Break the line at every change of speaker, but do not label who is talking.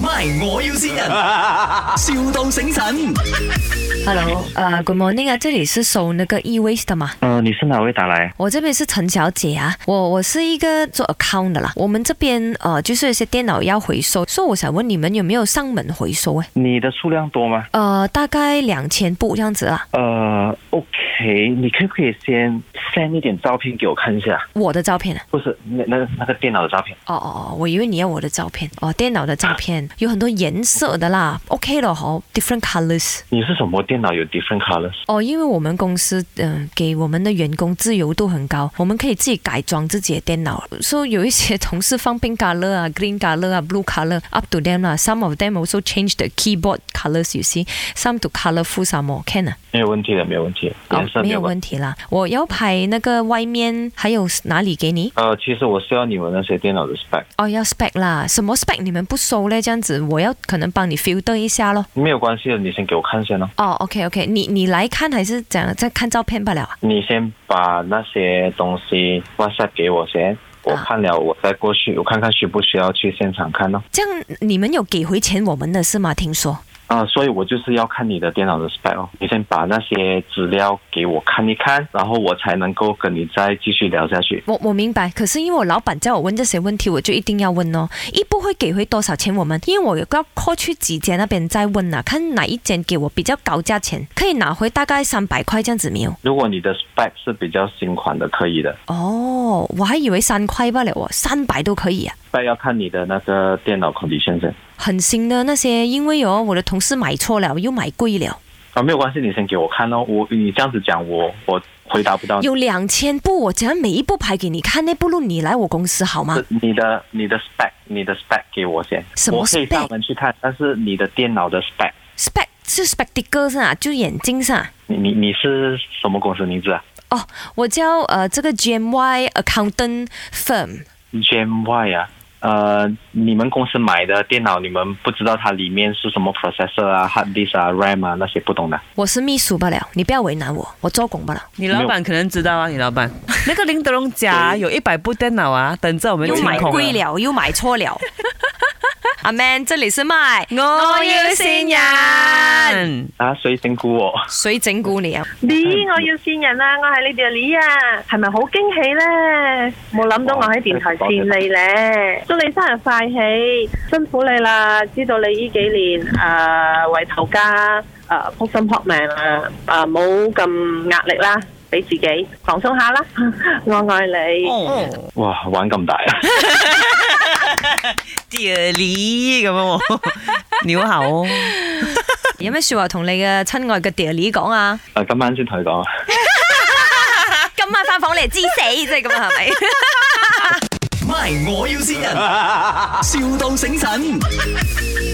MY，我要先人，, 笑到醒神。
Hello，呃、g o o d morning 啊，这里是收那个 e waste 的嘛。
呃，你是哪位打来？
我这边是陈小姐啊，我我是一个做 account 的啦。我们这边呃，就是有些电脑要回收，所以我想问你们有没有上门回收哎？
你的数量多吗？
呃，大概两千部这样子啊。
呃，OK，你可不可以先 send 一点照片给我看一下？
我的照片啊，
不是，那那那个电脑的照片。
哦哦哦，我以为你要我的照片哦，电脑的照片有很多颜色的啦，OK 了好 d i f f e r e n t colors。
你是什么电脑有 different colors？
哦，因为我们公司嗯、给我们的员工自由度很高，我们可以自己改装自己的电脑。所、以有一些同事放 pink color 啊、green color 啊、blue color up to them 啦。Some of them also change the keyboard colors. You see, some to colorful some more. Can 啊？
没有问题的，没有问题的，
哦
颜色
没
没
有
有啊问题。
问题啦。我要拍那个外面还有哪里给你？
呃，其实我是要你们那些电脑的 spec，
哦，要 spec 啦，什么 spec 你们不收嘞？这样子，我要可能帮你 filter 一下咯。
没有关系的，你先给我看先哦。
哦，OK OK，你你来看还是怎样？再看照片罢了啊？
你先把那些东西 WhatsApp 给我先，我
啊
看了我再过去，我看看需不需要去现场看哦。
这样你们有给回钱我们的是吗？听说。
啊、所以我就是要看你的电脑的 spec 哦，你先把那些资料给我看一看，然后我才能够跟你再继续聊下去。
我我明白，可是因为我老板叫我问这些问题，我就一定要问哦。一步会给回多少钱我们？因为我有个要 call 去几间那边再问啊，看哪一间给我比较高价钱，可以拿回大概三百块这样子没有？
如果你的 spec 是比较新款的，可以的。
哦，我还以为三块罢了哦，三百都可以啊。
spec 要看你的那个电脑 condition 先
很新的那些，因为哦，我的同事买错了，又买贵了，
啊，没有关系，你先给我看哦。我你这样子讲，我我回答不到你。
有两千部，我讲每一部排给你看，那不如你来我公司好吗
是？你的你的 spec，你的 spec 给我先，
啊什么
我可以
spec？
上门去看，但是你的电脑的 spec，
spec 是 spectacles 啊，就眼睛上、啊。
你你你是什么公司名字啊
哦，我叫呃这个 GMY Accountant Firm。
？GMY 啊。呃，你们公司买的电脑，你们不知道它里面是什么 processor 啊、hard disk 啊、RAM 啊那些不懂的。
我是秘书罢了，你不要为难我，我做工罢了。
你老板可能知道啊，你老板 那个林德龙家有一百部电脑啊，等着我们
又
清
买
空
贵了，又买错了。 阿 Man，这里是麦，
我要哦新。人，
啊，谁辛苦我？
谁整蛊你 啊？
咦，我要線人啊！我係你哋嘅李啊，係咪好驚喜咧？冇諗到我喺電台線你咧，祝你生日快喜，辛苦你啦！知道你呢幾年誒、呃、為頭家啊誒撲心撲命啦，誒啊冇咁壓力啦，俾自己放鬆下啦， 我愛你。
哦，
哇，玩咁大啊！
爹梨咁样 喎，你好哦，
有咩说话同你嘅亲爱嘅爹哋讲啊？
啊，今晚先同你講。
今晚翻房你係知死，即系咁啊，系咪？
MY，我要先人，,笑到醒神。